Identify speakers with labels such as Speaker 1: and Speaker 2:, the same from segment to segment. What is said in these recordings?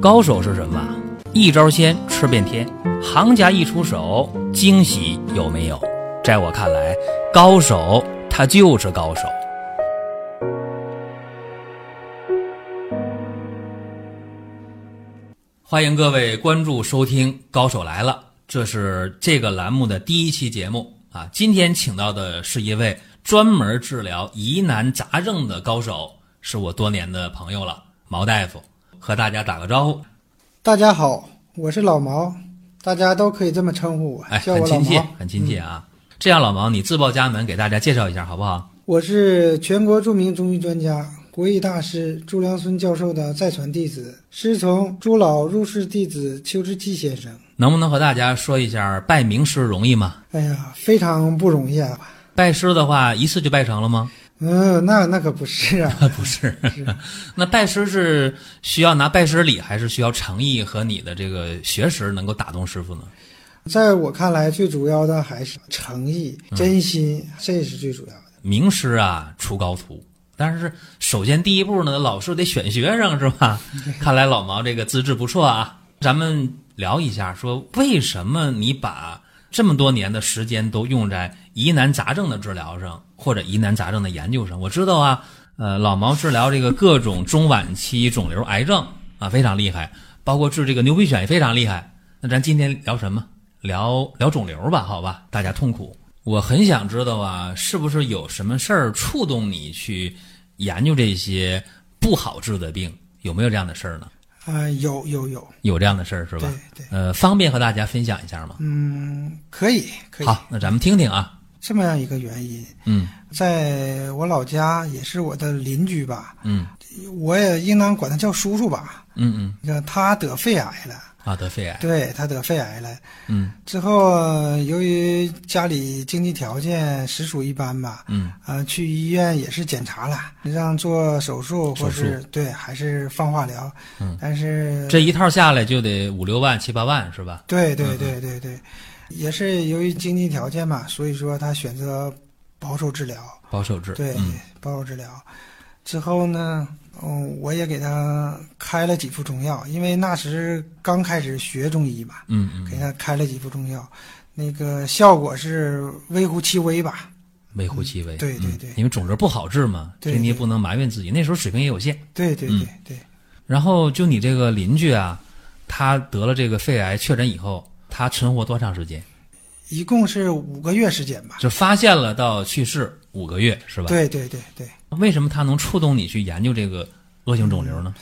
Speaker 1: 高手是什么？一招鲜吃遍天，行家一出手，惊喜有没有？在我看来，高手他就是高手。欢迎各位关注收听《高手来了》，这是这个栏目的第一期节目啊。今天请到的是一位专门治疗疑难杂症的高手，是我多年的朋友了，毛大夫，和大家打个招呼。
Speaker 2: 大家好，我是老毛，大家都可以这么称呼我，
Speaker 1: 哎，
Speaker 2: 叫
Speaker 1: 很
Speaker 2: 我老
Speaker 1: 亲切
Speaker 2: 毛。，
Speaker 1: 很亲切啊！这样，老毛，你自报家门，给大家介绍一下好不好？
Speaker 2: 我是全国著名中医专家、国医大师朱良孙教授的再传弟子，师从朱老入室弟子丘之基先生。
Speaker 1: 能不能和大家说一下拜名师容易吗？
Speaker 2: 哎呀，非常不容易啊！
Speaker 1: 拜师的话，一次就拜成了吗？
Speaker 2: 嗯，那那可不是啊，
Speaker 1: 不是， 那拜师是需要拿拜师礼，还是需要诚意和你的这个学识能够打动师傅呢？
Speaker 2: 在我看来，最主要的还是诚意、
Speaker 1: 嗯
Speaker 2: 真心，这是最主要的。
Speaker 1: 名师啊，出高徒。但是首先第一步呢，老师得选学生是吧？看来老毛这个资质不错啊。咱们聊一下，说为什么你把这么多年的时间都用在疑难杂症的治疗上，或者疑难杂症的研究上？我知道啊，呃，老毛治疗这个各种中晚期肿瘤、癌症啊，非常厉害，包括治这个牛皮癣也非常厉害。那咱今天聊什么？聊聊肿瘤吧，好吧，大家痛苦。我很想知道啊，是不是有什么事儿触动你去研究这些不好治的病？有没有这样的事儿呢？
Speaker 2: 啊、有有有，
Speaker 1: 有这样的事儿是
Speaker 2: 对
Speaker 1: 吧？
Speaker 2: 对，
Speaker 1: 呃，方便和大家分享一下吗？
Speaker 2: 嗯，可以可以，
Speaker 1: 好，那咱们听听啊。
Speaker 2: 这么样一个原因。
Speaker 1: 嗯
Speaker 2: 在我老家也是我的邻居吧，
Speaker 1: 嗯
Speaker 2: 我也应当管他叫叔叔吧。
Speaker 1: 嗯嗯，
Speaker 2: 你看他得肺癌了，
Speaker 1: 啊，得肺癌。
Speaker 2: 对他得肺癌了。
Speaker 1: 嗯
Speaker 2: 之后呃由于家里经济条件实属一般吧，
Speaker 1: 嗯
Speaker 2: 呃，去医院也是检查了，让做手术
Speaker 1: 手
Speaker 2: 或是对还是放化疗，
Speaker 1: 嗯
Speaker 2: 但是
Speaker 1: 这一套下来就得五六万、七八万是吧？
Speaker 2: 对对对对对，也是由于经济条件嘛，所以说他选择保守治疗。
Speaker 1: 保守治。
Speaker 2: 对
Speaker 1: 嗯，
Speaker 2: 保守治疗。之后呢，嗯，我也给他开了几副中药，因为那时刚开始学中医嘛，
Speaker 1: 嗯嗯，
Speaker 2: 给他开了几副中药，那个效果是微乎其微吧。
Speaker 1: 微乎其微。
Speaker 2: 对对
Speaker 1: 嗯
Speaker 2: 对
Speaker 1: 因为肿瘤不好治嘛，
Speaker 2: 对
Speaker 1: 这你也
Speaker 2: 对
Speaker 1: 不能埋怨自己，那时候水平也有限。
Speaker 2: 对对
Speaker 1: 嗯
Speaker 2: 对对，
Speaker 1: 然后就你这个邻居啊，他得了这个肺癌确诊以后，他存活多长时间？
Speaker 2: 一共是五个月时间吧。
Speaker 1: 就发现了到去世五个月是吧？。
Speaker 2: 对对对对，
Speaker 1: 为什么他能触动你去研究这个恶性肿瘤呢？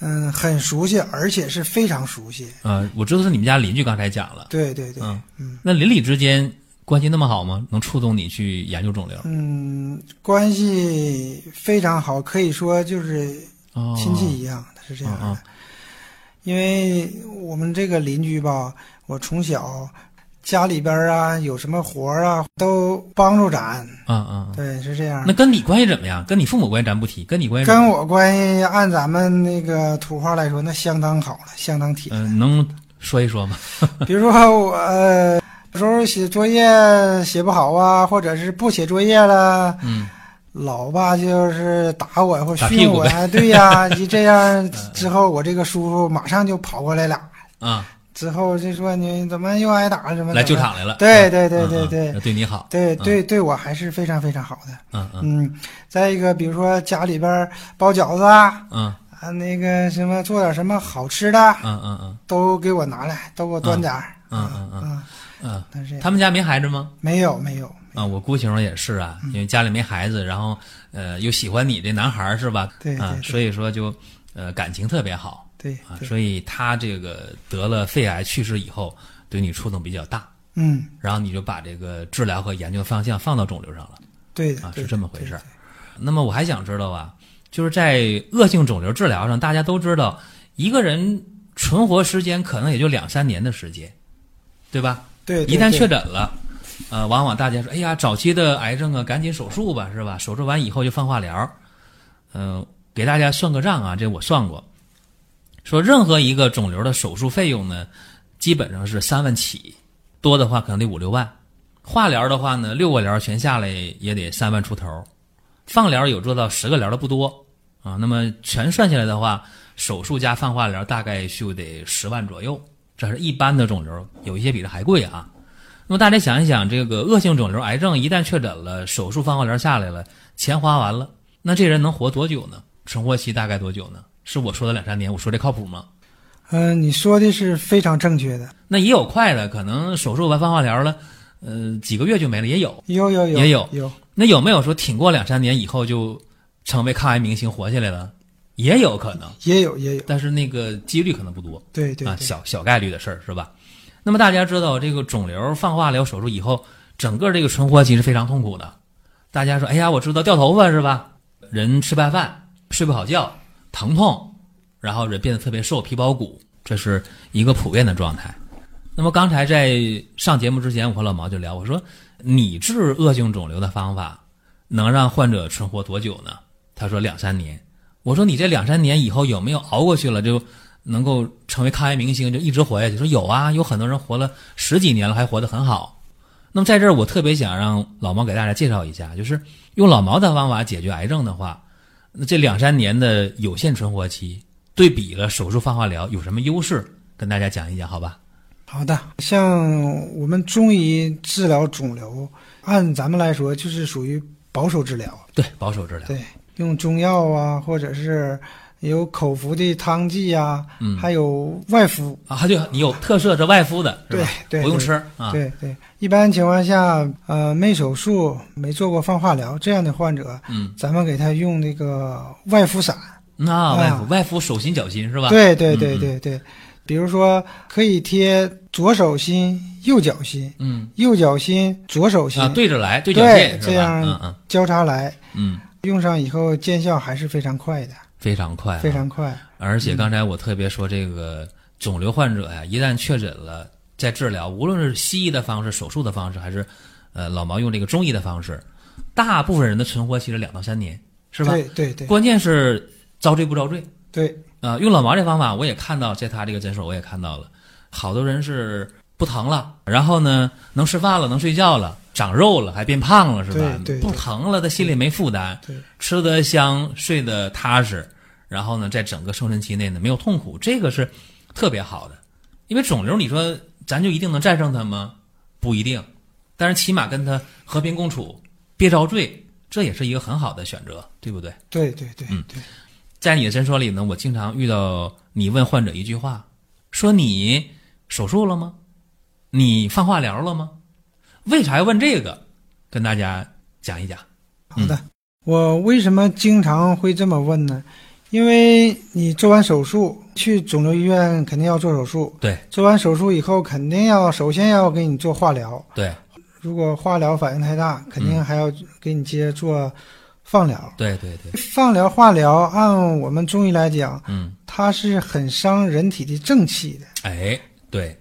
Speaker 2: 嗯，很熟悉，而且是非常熟悉。
Speaker 1: 呃，我知道是你们家邻居刚才讲了，
Speaker 2: 对对对，
Speaker 1: 嗯
Speaker 2: 嗯
Speaker 1: 那邻里之间关系那么好吗？能触动你去研究肿瘤？
Speaker 2: 嗯，关系非常好，可以说就是
Speaker 1: 哦，
Speaker 2: 亲戚一样，他是这样的。
Speaker 1: 嗯嗯
Speaker 2: 因为我们这个邻居吧，我从小家里边啊有什么活儿啊都帮助咱，
Speaker 1: 嗯嗯嗯。
Speaker 2: 对，是这样
Speaker 1: 那。跟你关系怎么样？跟你父母关系咱不提，跟你关系怎么
Speaker 2: 跟
Speaker 1: 样
Speaker 2: 我关系按咱们那个土话来说，那相当好了，相当 铁。
Speaker 1: 嗯、能说一说 吗？
Speaker 2: 比如说我呃有时候写作业写不好啊，或者是不写作业了，
Speaker 1: 嗯，
Speaker 2: 老爸就是打我或
Speaker 1: 打屁
Speaker 2: 训
Speaker 1: 股
Speaker 2: 我呀，对 呀、一这样之后，我这个叔叔马上就跑过来了。
Speaker 1: 啊、
Speaker 2: 之后就说你怎么又挨打什么的
Speaker 1: 来救，场来了。
Speaker 2: 对
Speaker 1: 嗯
Speaker 2: 对对
Speaker 1: 嗯
Speaker 2: 对
Speaker 1: 嗯
Speaker 2: 对
Speaker 1: 对你好。
Speaker 2: 对对对我还是非常非常好的。
Speaker 1: 嗯嗯
Speaker 2: 嗯，再一个，比如说家里边儿包饺子啊，
Speaker 1: 嗯
Speaker 2: 啊那个什么做点什么好吃的，
Speaker 1: 嗯嗯嗯
Speaker 2: 都给我拿来，都给我端点儿。
Speaker 1: 嗯嗯嗯
Speaker 2: 啊，
Speaker 1: 嗯。
Speaker 2: 但是
Speaker 1: 他们家没孩子吗？
Speaker 2: 没有没有，
Speaker 1: 啊，我姑形容也是啊，
Speaker 2: 嗯
Speaker 1: 因为家里没孩子，然后呃又喜欢你这男孩儿是吧？
Speaker 2: 对
Speaker 1: 啊
Speaker 2: 对，对
Speaker 1: 所以说就呃感情特别好
Speaker 2: 对
Speaker 1: 啊，
Speaker 2: 对，
Speaker 1: 所以他这个得了肺癌去世以后，对你触动比较大，
Speaker 2: 嗯，
Speaker 1: 然后你就把这个治疗和研究方向放到肿瘤上了
Speaker 2: 对的
Speaker 1: 啊，，
Speaker 2: 对
Speaker 1: 是
Speaker 2: 的
Speaker 1: 这么回事。
Speaker 2: 对
Speaker 1: 儿。那么我还想知道啊，就是在恶性肿瘤治疗上，大家都知道一个人存活时间可能也就两三年的时间，对吧？
Speaker 2: 对，对
Speaker 1: 一旦
Speaker 2: 对
Speaker 1: 确诊了，呃，往往大家说，哎呀，早期的癌症啊，赶紧手术吧，是吧？手术完以后就放化疗。嗯、给大家算个账啊，这我算过，说任何一个肿瘤的手术费用呢，基本上是三万起，多的话可能得五六万。化疗的话呢，六个疗全下来也得三万出头，放疗有做到十个疗的不多，啊。那么全算下来的话，手术加泛化疗大概就得十万左右，这是一般的肿瘤，有一些比这还贵啊。那么大家想一想，这个恶性肿瘤、癌症一旦确诊了，手术、放化疗下来了，钱花完了，那这人能活多久呢？存活期大概多久呢？是我说的两三年，我说这靠谱吗？
Speaker 2: 嗯、你说的是非常正确的，
Speaker 1: 那也有快的，可能手术完放化疗了，呃，几个月就没了，也有。
Speaker 2: 有有有
Speaker 1: 也有
Speaker 2: 有，
Speaker 1: 那有没有说挺过两三年以后就成为抗癌明星活下来了？也有可能，
Speaker 2: 也有也有，
Speaker 1: 但是那个几率可能不多。
Speaker 2: 对对
Speaker 1: 啊，
Speaker 2: 对，
Speaker 1: 小小概率的事儿是吧？那么大家知道，这个肿瘤放化疗手术以后，整个这个存活期是非常痛苦的。大家说，哎呀，我知道掉头发是吧？人吃不下饭，睡不好觉，疼痛，然后人变得特别瘦，皮包骨，这是一个普遍的状态。那么刚才在上节目之前，我和老毛就聊，我说你治恶性肿瘤的方法能让患者存活多久呢？他说两三年。我说你这两三年以后有没有熬过去了就能够成为抗癌明星，就一直活下去？说有啊，有很多人活了十几年了，还活得很好。那么在这儿，我特别想让老毛给大家介绍一下，就是用老毛的方法解决癌症的话，那这两三年的有限存活期对比了手术放化疗有什么优势，跟大家讲一讲，好吧？
Speaker 2: 好的，像我们中医治疗肿瘤，按咱们来说就是属于保守治疗，
Speaker 1: 对，保守治疗，
Speaker 2: 对，用中药啊，或者是有口服的汤剂啊，
Speaker 1: 嗯
Speaker 2: 还有外敷，
Speaker 1: 啊，对，你有特色是外敷的，是
Speaker 2: 对
Speaker 1: 吧
Speaker 2: 对，
Speaker 1: 不用
Speaker 2: 对
Speaker 1: 吃啊，
Speaker 2: 对对，一般情况下，呃，没手术、没做过放化疗这样的患者，
Speaker 1: 嗯，
Speaker 2: 咱们给他用那个外敷散。
Speaker 1: 那
Speaker 2: 啊
Speaker 1: 外敷外敷手心脚心是吧？
Speaker 2: 对对对
Speaker 1: 嗯嗯
Speaker 2: 对对，比如说可以贴左手心、右脚心，
Speaker 1: 嗯
Speaker 2: 右脚心、左手心、
Speaker 1: 啊，对着来，对角
Speaker 2: 嗯对
Speaker 1: 线
Speaker 2: 这
Speaker 1: 是吧？
Speaker 2: 样
Speaker 1: 嗯嗯
Speaker 2: 交叉来，
Speaker 1: 嗯，
Speaker 2: 用上以后见效还是非常快的，
Speaker 1: 非常快、啊，
Speaker 2: 非常快。
Speaker 1: 而且刚才我特别说，这个肿瘤患者呀、一旦确诊了，在治疗，无论是西医的方式、手术的方式，还是呃老毛用这个中医的方式，大部分人的存活期是两到三年，是吧？
Speaker 2: 对对对
Speaker 1: 关键是遭罪不遭罪
Speaker 2: 对，
Speaker 1: 啊、用老毛这方法，我也看到，在他这个诊所我也看到了，好多人是不疼了，然后呢能吃饭了，能睡觉了，长肉了，还变胖了，是吧？
Speaker 2: 对对对
Speaker 1: 不疼了，他心里没负担，
Speaker 2: 对
Speaker 1: 吃得香，睡得踏实，然后呢，在整个生存期内呢，没有痛苦，这个是特别好的。因为肿瘤，你说咱就一定能战胜它吗？不一定，但是起码跟它和平共处，别遭罪，这也是一个很好的选择，对不对？
Speaker 2: 对对对
Speaker 1: 嗯
Speaker 2: 对，
Speaker 1: 在你的诊所里呢，我经常遇到你问患者一句话，说你手术了吗？你放化疗了吗？为啥要问这个？跟大家讲一讲。
Speaker 2: 好的。
Speaker 1: 嗯
Speaker 2: 我为什么经常会这么问呢？因为你做完手术去肿瘤医院肯定要做手术，
Speaker 1: 对
Speaker 2: 做完手术以后肯定要首先要给你做化疗，
Speaker 1: 对
Speaker 2: 如果化疗反应太大，肯定还要给你接着做放疗。
Speaker 1: 对对对，
Speaker 2: 放疗、化疗，按我们中医来讲，
Speaker 1: 嗯。
Speaker 2: 它是很伤人体的正气的。
Speaker 1: 哎，对，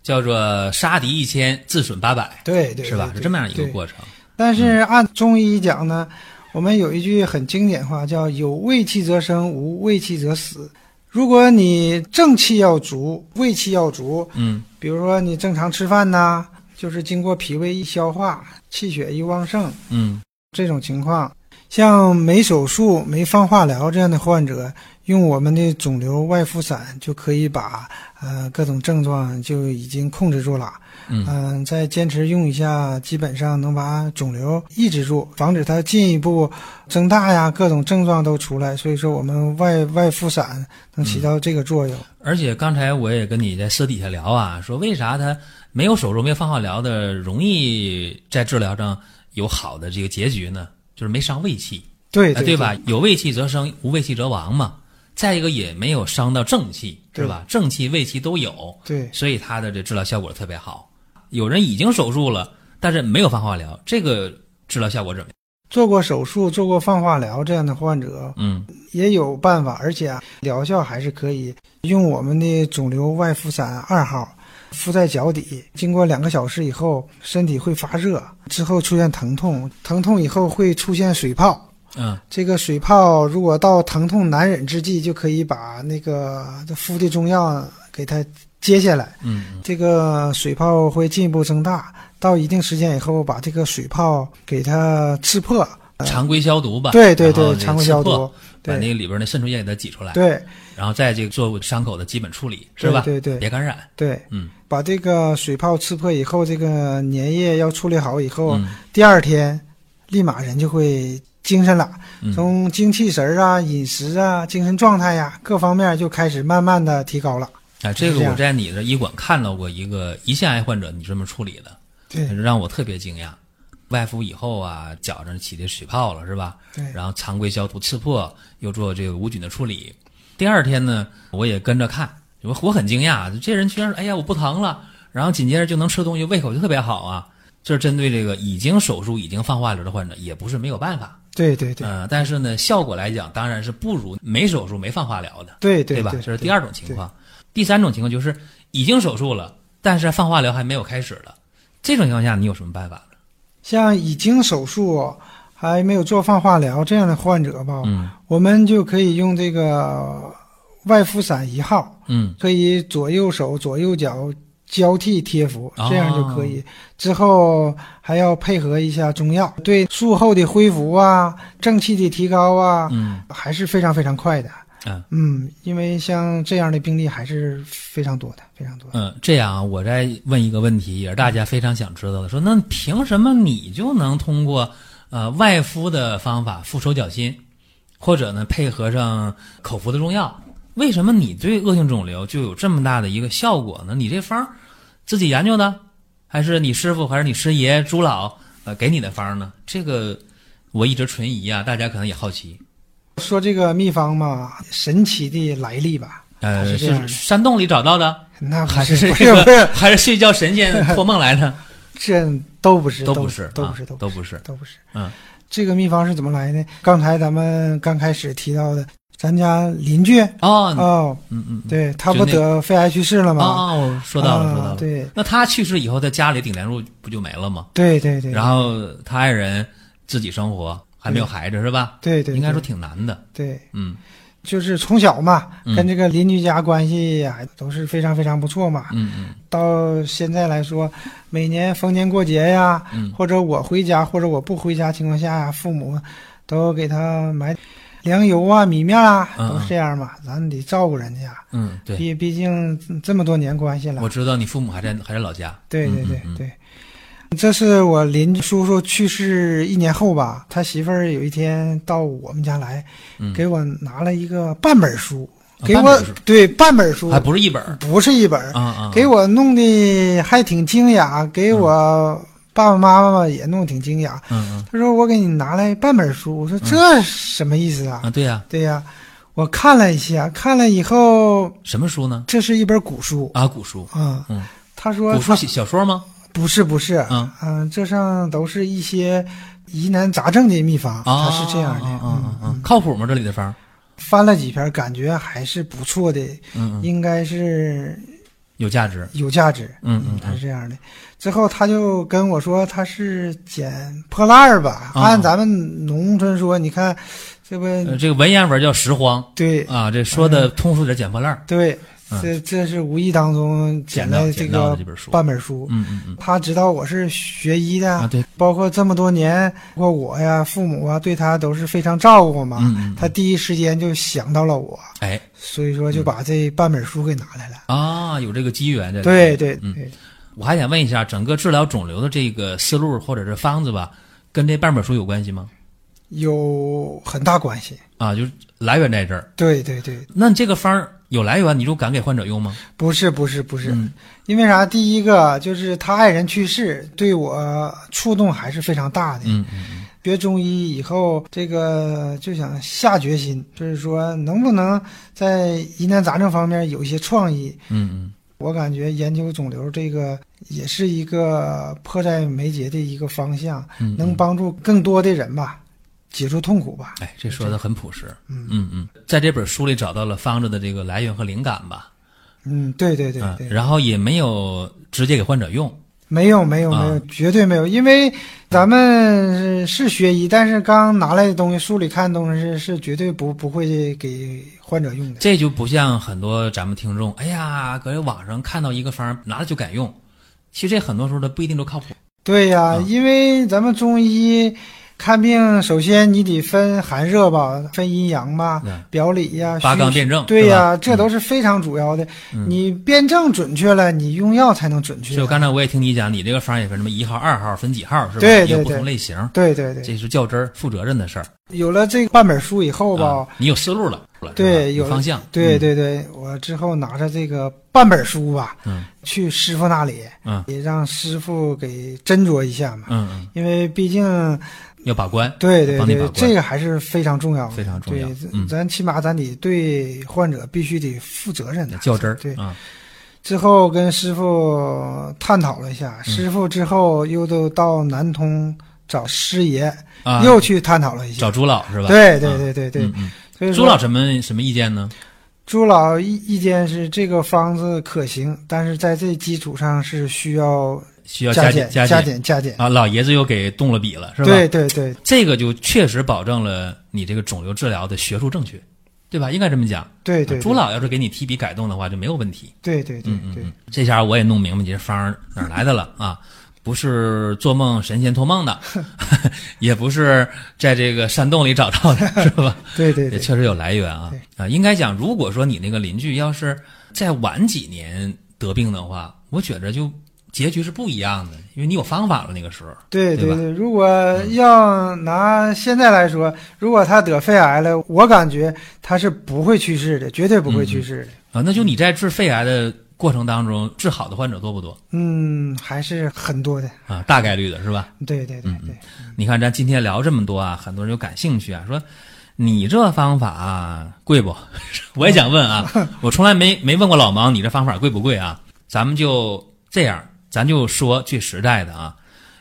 Speaker 1: 叫做杀敌一千，自损八百，
Speaker 2: 对对，
Speaker 1: 是吧？
Speaker 2: 对
Speaker 1: 是这么样一个。
Speaker 2: 对
Speaker 1: 过程。
Speaker 2: 但是按中医讲呢，我们有一句很经典话，叫“有胃气则生，无胃气则死”。如果你正气要足，胃气要足，
Speaker 1: 嗯
Speaker 2: 比如说你正常吃饭呐，就是经过脾胃一消化，气血一旺盛，
Speaker 1: 嗯，
Speaker 2: 这种情况，像没手术、没放化疗这样的患者，用我们的肿瘤外敷散就可以把呃各种症状就已经控制住了。
Speaker 1: 嗯
Speaker 2: 啊再坚持用一下，基本上能把肿瘤抑制住，防止它进一步增大呀，各种症状都出来。所以说，我们外外敷散能起到这个作用。
Speaker 1: 而且刚才我也跟你在私底下聊啊，说为啥他没有手术、没有放化疗的，容易在治疗上有好的这个结局呢？就是没伤胃气，
Speaker 2: 对
Speaker 1: 哎
Speaker 2: 对
Speaker 1: 吧？有胃气则生，无胃气则亡嘛。再一个也没有伤到正气，是吧？正气、胃气都有，
Speaker 2: 对
Speaker 1: 所以它的这治疗效果特别好。有人已经手术了，但是没有放化疗，这个治疗效果怎么样？
Speaker 2: 做过手术、做过放化疗这样的患者，
Speaker 1: 嗯，
Speaker 2: 也有办法，而且啊，疗效还是可以。用我们的肿瘤外敷散二号敷在脚底，经过两个小时以后，身体会发热，之后出现疼痛，疼痛以后会出现水泡。
Speaker 1: 嗯
Speaker 2: 这个水泡如果到疼痛难忍之际，就可以把那个敷的中药给它接下来。
Speaker 1: 嗯
Speaker 2: 这个水泡会进一步增大，到一定时间以后，把这个水泡给它刺破。
Speaker 1: 嗯，常规消毒吧。
Speaker 2: 对对
Speaker 1: 然后
Speaker 2: 对，
Speaker 1: 这个
Speaker 2: 常规
Speaker 1: 刺
Speaker 2: 消
Speaker 1: 破
Speaker 2: 毒。
Speaker 1: 把
Speaker 2: 对
Speaker 1: 那个里边那渗出液给它挤出来，
Speaker 2: 对
Speaker 1: 然后再这个做伤口的基本处理，是
Speaker 2: 对
Speaker 1: 吧？
Speaker 2: 对对
Speaker 1: 别感染，
Speaker 2: 对，
Speaker 1: 嗯，
Speaker 2: 把这个水泡刺破以后，这个粘液要处理好以后，
Speaker 1: 嗯
Speaker 2: 第二天立马人就会精神了，
Speaker 1: 嗯
Speaker 2: 从精气神儿啊、饮食啊、精神状态呀、各方面就开始慢慢的提高了。
Speaker 1: 哎，这
Speaker 2: 是
Speaker 1: 个
Speaker 2: 这样
Speaker 1: 我在你的医馆看到过一个胰腺癌患者，你这么处理的，
Speaker 2: 对
Speaker 1: 让我特别惊讶。外敷以后啊，脚上起这水泡了是吧？
Speaker 2: 对
Speaker 1: 然后常规消毒刺破，又做这个无菌的处理。第二天呢，我也跟着看，我我很惊讶，这人居然说：“哎呀，我不疼了。”然后紧接着就能吃东西，胃口就特别好啊。这是针对这个已经手术、已经放化疗的患者，也不是没有办法。
Speaker 2: 对对对
Speaker 1: 嗯、但是呢，效果来讲，当然是不如没手术、没放化疗的。
Speaker 2: 对
Speaker 1: 对
Speaker 2: 对
Speaker 1: 吧？
Speaker 2: 对，
Speaker 1: 这是
Speaker 2: 对
Speaker 1: 第二种情况。第三种情况就是已经手术了，但是放化疗还没有开始了，这种情况下你有什么办法呢？
Speaker 2: 像已经手术还没有做放化疗这样的患者吧，
Speaker 1: 嗯
Speaker 2: 我们就可以用这个外敷散一号，
Speaker 1: 嗯
Speaker 2: 可以左右手、左右脚交替贴服，
Speaker 1: 哦
Speaker 2: 这样就可以。之后还要配合一下中药，对术后的恢复啊、正气的提高啊，
Speaker 1: 嗯
Speaker 2: 还是非常非常快的。
Speaker 1: 嗯
Speaker 2: 嗯，因为像这样的病例还是非常多的，非常多的。
Speaker 1: 嗯，这样啊，我再问一个问题，也是大家非常想知道的，说那凭什么你就能通过呃外敷的方法敷手脚心，或者呢配合上口服的中药，为什么你对恶性肿瘤就有这么大的一个效果呢？你这方儿自己研究的，还是你师傅，还是你师爷朱老呃给你的方儿呢？这个我一直存疑啊，大家可能也好奇。
Speaker 2: 说这个秘方嘛，神奇的来历吧，它
Speaker 1: 呃，
Speaker 2: 是这样
Speaker 1: 是
Speaker 2: 的
Speaker 1: 山洞里找到的，
Speaker 2: 那不
Speaker 1: 还是
Speaker 2: 不
Speaker 1: 这
Speaker 2: 是
Speaker 1: 个
Speaker 2: 不是，
Speaker 1: 还是睡觉神仙托梦来的？
Speaker 2: 这都不是，
Speaker 1: 都
Speaker 2: 不
Speaker 1: 不是，
Speaker 2: 都
Speaker 1: 啊
Speaker 2: 不是，都
Speaker 1: 都不
Speaker 2: 不是，
Speaker 1: 是。
Speaker 2: 都不是。
Speaker 1: 嗯，
Speaker 2: 这个秘方是怎么来的？刚才咱们刚开始提到的，咱家邻居
Speaker 1: 哦，
Speaker 2: 哦，
Speaker 1: 嗯嗯，嗯
Speaker 2: 对他
Speaker 1: 就
Speaker 2: 不
Speaker 1: 那
Speaker 2: 得肺癌去世了
Speaker 1: 哦
Speaker 2: 吗？
Speaker 1: 哦，我说到了，
Speaker 2: 啊
Speaker 1: 说到了。
Speaker 2: 对
Speaker 1: 那他去世以后，在家里顶梁柱不就没了吗？
Speaker 2: 对对对，
Speaker 1: 然后他爱人自己生活，还没有孩子是吧？
Speaker 2: 对对，
Speaker 1: 应该说
Speaker 2: 对
Speaker 1: 挺难的。
Speaker 2: 对，
Speaker 1: 嗯
Speaker 2: 就是从小嘛，
Speaker 1: 嗯
Speaker 2: 跟这个邻居家关系呀、都是非常非常不错嘛。
Speaker 1: 嗯嗯
Speaker 2: 到现在来说，每年逢年过节呀，
Speaker 1: 嗯
Speaker 2: 或者我回家，或者我不回家情况下呀，父母都给他买粮油啊、米面啊，
Speaker 1: 嗯
Speaker 2: 都是这样嘛。咱得照顾人家，
Speaker 1: 嗯，对，
Speaker 2: 毕毕竟这么多年关系了
Speaker 1: 我。知道你父母还在还在老家。
Speaker 2: 对对对
Speaker 1: 嗯嗯嗯
Speaker 2: 对，这是我邻居叔叔去世一年后吧，他媳妇儿有一天到我们家来，
Speaker 1: 嗯
Speaker 2: 给我拿了一个半本书，
Speaker 1: 啊
Speaker 2: 给
Speaker 1: 半
Speaker 2: 我
Speaker 1: 本书
Speaker 2: 对半本书
Speaker 1: 还，不是一本儿
Speaker 2: 不是一本儿，
Speaker 1: 啊啊，
Speaker 2: 给我弄的还挺惊讶，给我爸爸妈妈也弄得挺惊讶。
Speaker 1: 嗯嗯
Speaker 2: 他说我给你拿来半本书，我说这什么意思啊？
Speaker 1: 啊，对呀，
Speaker 2: 对呀、我看了一下，看了以后，
Speaker 1: 什么书呢？
Speaker 2: 这是一本古书
Speaker 1: 啊，古书，
Speaker 2: 啊。
Speaker 1: 嗯，
Speaker 2: 他说
Speaker 1: 古
Speaker 2: 他
Speaker 1: 书小小说吗？
Speaker 2: 不是不是，
Speaker 1: 嗯
Speaker 2: 嗯，这上都是一些疑难杂症的秘方，
Speaker 1: 啊，
Speaker 2: 它是这样的。
Speaker 1: 啊啊
Speaker 2: 嗯
Speaker 1: 啊，啊靠谱吗？这里的方儿，
Speaker 2: 翻了几篇，感觉还是不错的，
Speaker 1: 嗯嗯，
Speaker 2: 应该是
Speaker 1: 有价值。
Speaker 2: 有价值。
Speaker 1: 嗯嗯
Speaker 2: 它是这样的。之后他就跟我说，他是捡破烂儿吧？
Speaker 1: 啊
Speaker 2: 按咱们农村说，你看，这不
Speaker 1: 嗯，呃这个文言文叫拾荒
Speaker 2: 对
Speaker 1: 啊，这说的通俗点，捡破烂儿。
Speaker 2: 对
Speaker 1: 嗯，
Speaker 2: 这这是无意当中捡
Speaker 1: 到
Speaker 2: 了
Speaker 1: 捡到
Speaker 2: 个
Speaker 1: 的这本书
Speaker 2: 半本书。
Speaker 1: 嗯嗯嗯，
Speaker 2: 他知道我是学医的，
Speaker 1: 啊对，
Speaker 2: 包括这么多年，包括我呀、父母啊，对他都是非常照顾嘛。
Speaker 1: 嗯嗯嗯
Speaker 2: 他第一时间就想到了我，
Speaker 1: 哎
Speaker 2: 所以说就把这半本书给拿来了。
Speaker 1: 啊，有这个机缘在里
Speaker 2: 对
Speaker 1: 面。
Speaker 2: 对
Speaker 1: 嗯
Speaker 2: 对，
Speaker 1: 我还想问一下，整个治疗肿瘤的这个思路或者是方子吧，跟这半本书有关系吗？
Speaker 2: 有很大关系。
Speaker 1: 啊，就是来源在这儿。
Speaker 2: 对对对，
Speaker 1: 那你这个方儿有来源，你就敢给患者用吗？
Speaker 2: 不是不是不是，
Speaker 1: 嗯
Speaker 2: 因为啥？第一个就是他爱人去世，对我触动还是非常大的。
Speaker 1: 嗯嗯
Speaker 2: 学中医以后，这个就想下决心，就是说能不能在疑难杂症方面有一些创意。
Speaker 1: 嗯嗯
Speaker 2: 我感觉研究肿瘤这个也是一个迫在眉睫的一个方向，
Speaker 1: 嗯，
Speaker 2: 能帮助更多的人吧，解除痛苦吧。
Speaker 1: 哎，这说的很朴实。
Speaker 2: 嗯
Speaker 1: 嗯嗯，在这本书里找到了方子的这个来源和灵感吧。
Speaker 2: 嗯，对对对
Speaker 1: 嗯
Speaker 2: 对，，
Speaker 1: 然后也没有直接给患者用。
Speaker 2: 没有没有
Speaker 1: 啊
Speaker 2: 没有，绝对没有，因为咱们是是学医，但是刚拿来的东西，书里看的东西是是绝对不不会给患者用的。
Speaker 1: 这就不像很多咱们听众，哎呀，搁这网上看到一个方儿拿了就敢用，其实这很多时候它不一定都靠谱。
Speaker 2: 对呀、
Speaker 1: 啊
Speaker 2: 因为咱们中医看病首先你得分寒热吧，分阴阳吧，
Speaker 1: 嗯
Speaker 2: 表里呀、
Speaker 1: 八
Speaker 2: 虚
Speaker 1: 纲辩证
Speaker 2: 对
Speaker 1: 是吧嗯
Speaker 2: 呀、这都是非常主要的。你辩证准确了，你用药才能准确
Speaker 1: 就。刚才我也听你讲，你这个方也分什么一号、二号分几号是吧？
Speaker 2: 对对
Speaker 1: 有不
Speaker 2: 对
Speaker 1: 同类型，
Speaker 2: 对对对，
Speaker 1: 这是较真儿、负责任的事儿。
Speaker 2: 有了这半本书以后吧，
Speaker 1: 啊，你有思路了，是吧
Speaker 2: 对
Speaker 1: 有
Speaker 2: 有
Speaker 1: 方向，
Speaker 2: 对
Speaker 1: 嗯，
Speaker 2: 对对，我之后拿着这个半本书吧，
Speaker 1: 嗯
Speaker 2: 去师傅那里，
Speaker 1: 嗯
Speaker 2: 也让师傅给斟酌一下嘛，
Speaker 1: 嗯嗯，
Speaker 2: 因为毕竟
Speaker 1: 要把关，
Speaker 2: 对对
Speaker 1: 帮你把
Speaker 2: 对，
Speaker 1: 关
Speaker 2: 这个还是非常重要的，
Speaker 1: 非常重要
Speaker 2: 对，
Speaker 1: 嗯
Speaker 2: 咱起码咱得对患者必须得负责任的。
Speaker 1: 较真儿，
Speaker 2: 对
Speaker 1: 啊，
Speaker 2: 之后跟师傅探讨了一下，
Speaker 1: 嗯
Speaker 2: 师傅之后又都到南通找师爷，
Speaker 1: 啊，
Speaker 2: 又去探讨了一下。
Speaker 1: 找朱老是吧？
Speaker 2: 对对
Speaker 1: 啊
Speaker 2: 对对对，
Speaker 1: 嗯嗯
Speaker 2: 所以说
Speaker 1: 朱老什么什么意见呢？
Speaker 2: 朱老意意见是这个方子可行，但是在这基础上是需要
Speaker 1: 需要
Speaker 2: 减
Speaker 1: 减
Speaker 2: 加
Speaker 1: 加
Speaker 2: 减加减，
Speaker 1: 啊！老爷子又给动了笔了，是吧？
Speaker 2: 对对对
Speaker 1: 这个就确实保证了你这个肿瘤治疗的学术正确，对吧？应该这么讲。
Speaker 2: 对对，
Speaker 1: 朱老要是给你提笔改动的话，就没有问题。
Speaker 2: 对对对
Speaker 1: 嗯嗯
Speaker 2: 对
Speaker 1: 嗯，这下我也弄明白你这方儿哪儿来的了啊！不是做梦神仙托梦 的，也不是在这个山洞里找到的， 是吧？
Speaker 2: 对对
Speaker 1: 也
Speaker 2: 对，
Speaker 1: 确实有来源啊
Speaker 2: 对
Speaker 1: 啊！应该讲，如果说你那个邻居要是再晚几年得病的话，我觉着就结局是不一样的，因为你有方法了那个时候。
Speaker 2: 对
Speaker 1: 对
Speaker 2: 对
Speaker 1: 吧
Speaker 2: 对。如果要拿现在来说，如果他得肺癌了，我感觉他是不会去世的，绝对不会去世的。
Speaker 1: 啊，那就你在治肺癌的过程当中，治好的患者多不多
Speaker 2: 嗯，还是很多的。
Speaker 1: 啊？大概率的是吧？
Speaker 2: 对对对
Speaker 1: 嗯
Speaker 2: 对，
Speaker 1: 你看咱今天聊这么多啊，很多人就感兴趣啊，说你这方法啊贵不？ 我也想问 啊，我从来没没问过老王，你这方法贵不贵啊？咱们就这样，咱就说最实在的啊，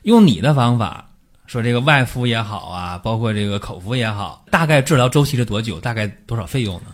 Speaker 1: 用你的方法。说这个外敷也好啊，包括这个口服也好，大概治疗周期是多久？大概多少费用呢？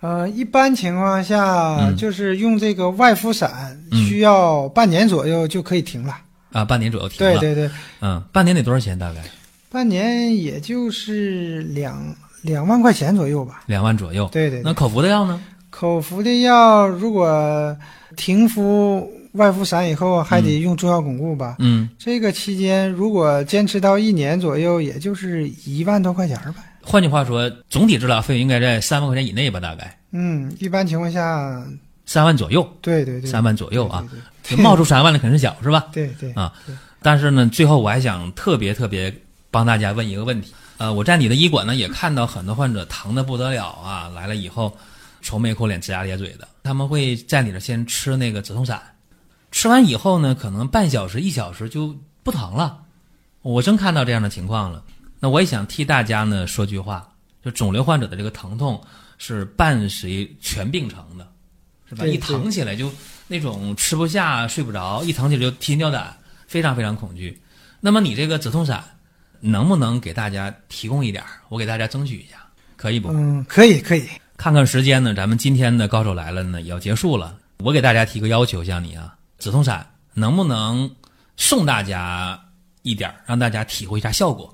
Speaker 2: 呃，一般情况下
Speaker 1: 嗯
Speaker 2: 就是用这个外敷散，
Speaker 1: 嗯
Speaker 2: 需要半年左右就可以停了。
Speaker 1: 啊，半年左右停
Speaker 2: 对
Speaker 1: 了。
Speaker 2: 对对，
Speaker 1: 嗯，半年得多少钱？大概
Speaker 2: 半年也就是两两万块钱左右吧。
Speaker 1: 两万左右。
Speaker 2: 对对
Speaker 1: 哦那
Speaker 2: 对，
Speaker 1: 口服的药呢？
Speaker 2: 口服的药如果停服外敷散以后，还得用中药巩固吧。
Speaker 1: 嗯，
Speaker 2: 这个期间如果坚持到一年左右，也就是一万多块钱儿吧。
Speaker 1: 换句话说，总体治疗费用应该在三万块钱以内吧，大概
Speaker 2: 嗯，一般情况下，
Speaker 1: 三万左右，
Speaker 2: 对对对，
Speaker 1: 三万左右啊，
Speaker 2: 对，
Speaker 1: 这冒出三万的肯定是小，是吧？
Speaker 2: 对对对，
Speaker 1: 但是呢，最后我还想特别特别帮大家问一个问题，呃，我在你的医馆呢也看到很多患者疼的不得了啊，来了以后愁眉苦脸、龇牙咧嘴的，他们会在你这先吃那个止痛散，吃完以后呢，可能半小时、一小时就不疼了。我真看到这样的情况了，那我也想替大家呢说句话，就肿瘤患者的这个疼痛是伴随全病程的，是吧？
Speaker 2: 对
Speaker 1: 一疼起来就那种吃不下、睡不着，一疼起来就提心吊胆，非常非常恐惧。那么你这个止痛散能不能给大家提供一点儿？我给大家争取一下，可以不？
Speaker 2: 嗯，可以可以，
Speaker 1: 看看时间呢，咱们今天的高手来了呢也要结束了。我给大家提个要求，向你啊，止痛散能不能送大家一点儿，让大家体会一下效果？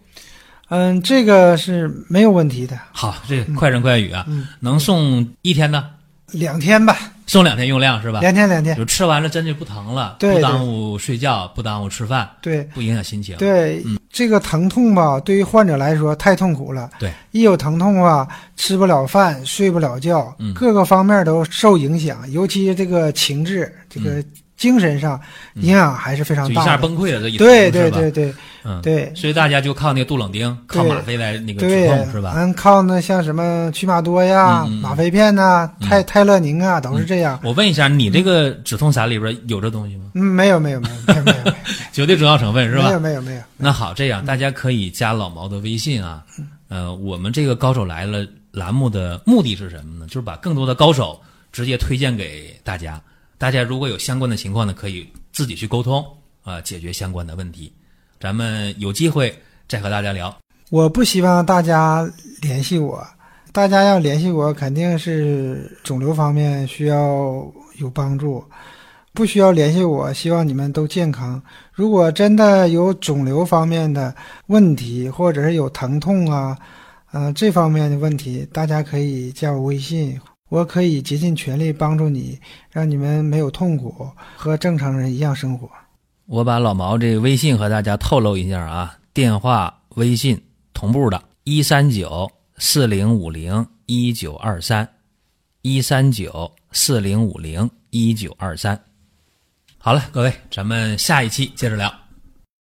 Speaker 2: 嗯，这个是没有问题的，
Speaker 1: 好，这快人快语啊，
Speaker 2: 嗯
Speaker 1: 能送一天的，
Speaker 2: 两天吧，
Speaker 1: 送两天用量是吧？
Speaker 2: 两天两天，
Speaker 1: 就吃完了真就不疼了，
Speaker 2: 对
Speaker 1: 不耽误睡觉，不耽误吃饭，
Speaker 2: 对
Speaker 1: 不影响心情。
Speaker 2: 对，这个疼痛吧，对于患者来说太痛苦了，
Speaker 1: 对，
Speaker 2: 一有疼痛啊，吃不了饭，睡不了觉，
Speaker 1: 嗯
Speaker 2: 各个方面都受影响，尤其这个情志，这个精神上
Speaker 1: 嗯
Speaker 2: 影响还是非常
Speaker 1: 就一
Speaker 2: 大
Speaker 1: 下
Speaker 2: 的。
Speaker 1: 崩溃了，这一
Speaker 2: 对
Speaker 1: 疼
Speaker 2: 对
Speaker 1: 是吧
Speaker 2: 对对
Speaker 1: 嗯，
Speaker 2: 对
Speaker 1: 所以大家就靠那个杜冷丁、靠吗啡来那个止
Speaker 2: 对，
Speaker 1: 痛是吧？
Speaker 2: 嗯，靠那像什么曲马多呀、
Speaker 1: 嗯嗯嗯
Speaker 2: 吗啡片呐、
Speaker 1: 嗯
Speaker 2: 泰泰勒宁啊，都是这样。
Speaker 1: 我问一下，你这个止痛散里边有这东西吗？
Speaker 2: 嗯，没有没有没有没有没有
Speaker 1: 绝对中药成 分是
Speaker 2: 没有没有
Speaker 1: 吧？
Speaker 2: 没有嗯没有，
Speaker 1: 那好，这样大家可以加老毛的微信啊。呃，我们这个高手来了栏目的目的是什么呢？就是把更多的高手直接推荐给大家。大家如果有相关的情况呢，可以自己去沟通啊、解决相关的问题。咱们有机会再和大家聊。
Speaker 2: 我不希望大家联系我，大家要联系我，肯定是肿瘤方面需要有帮助。不需要联系我，希望你们都健康。如果真的有肿瘤方面的问题，或者是有疼痛啊，呃，这方面的问题，大家可以加我微信，我可以竭尽全力帮助你，让你们没有痛苦，和正常人一样生活。
Speaker 1: 我把老毛这微信和大家透露一下啊，电话、微信同步的，一三九四零五零一九二三，一三九四零五零一九二三。好了，各位，咱们下一期接着聊。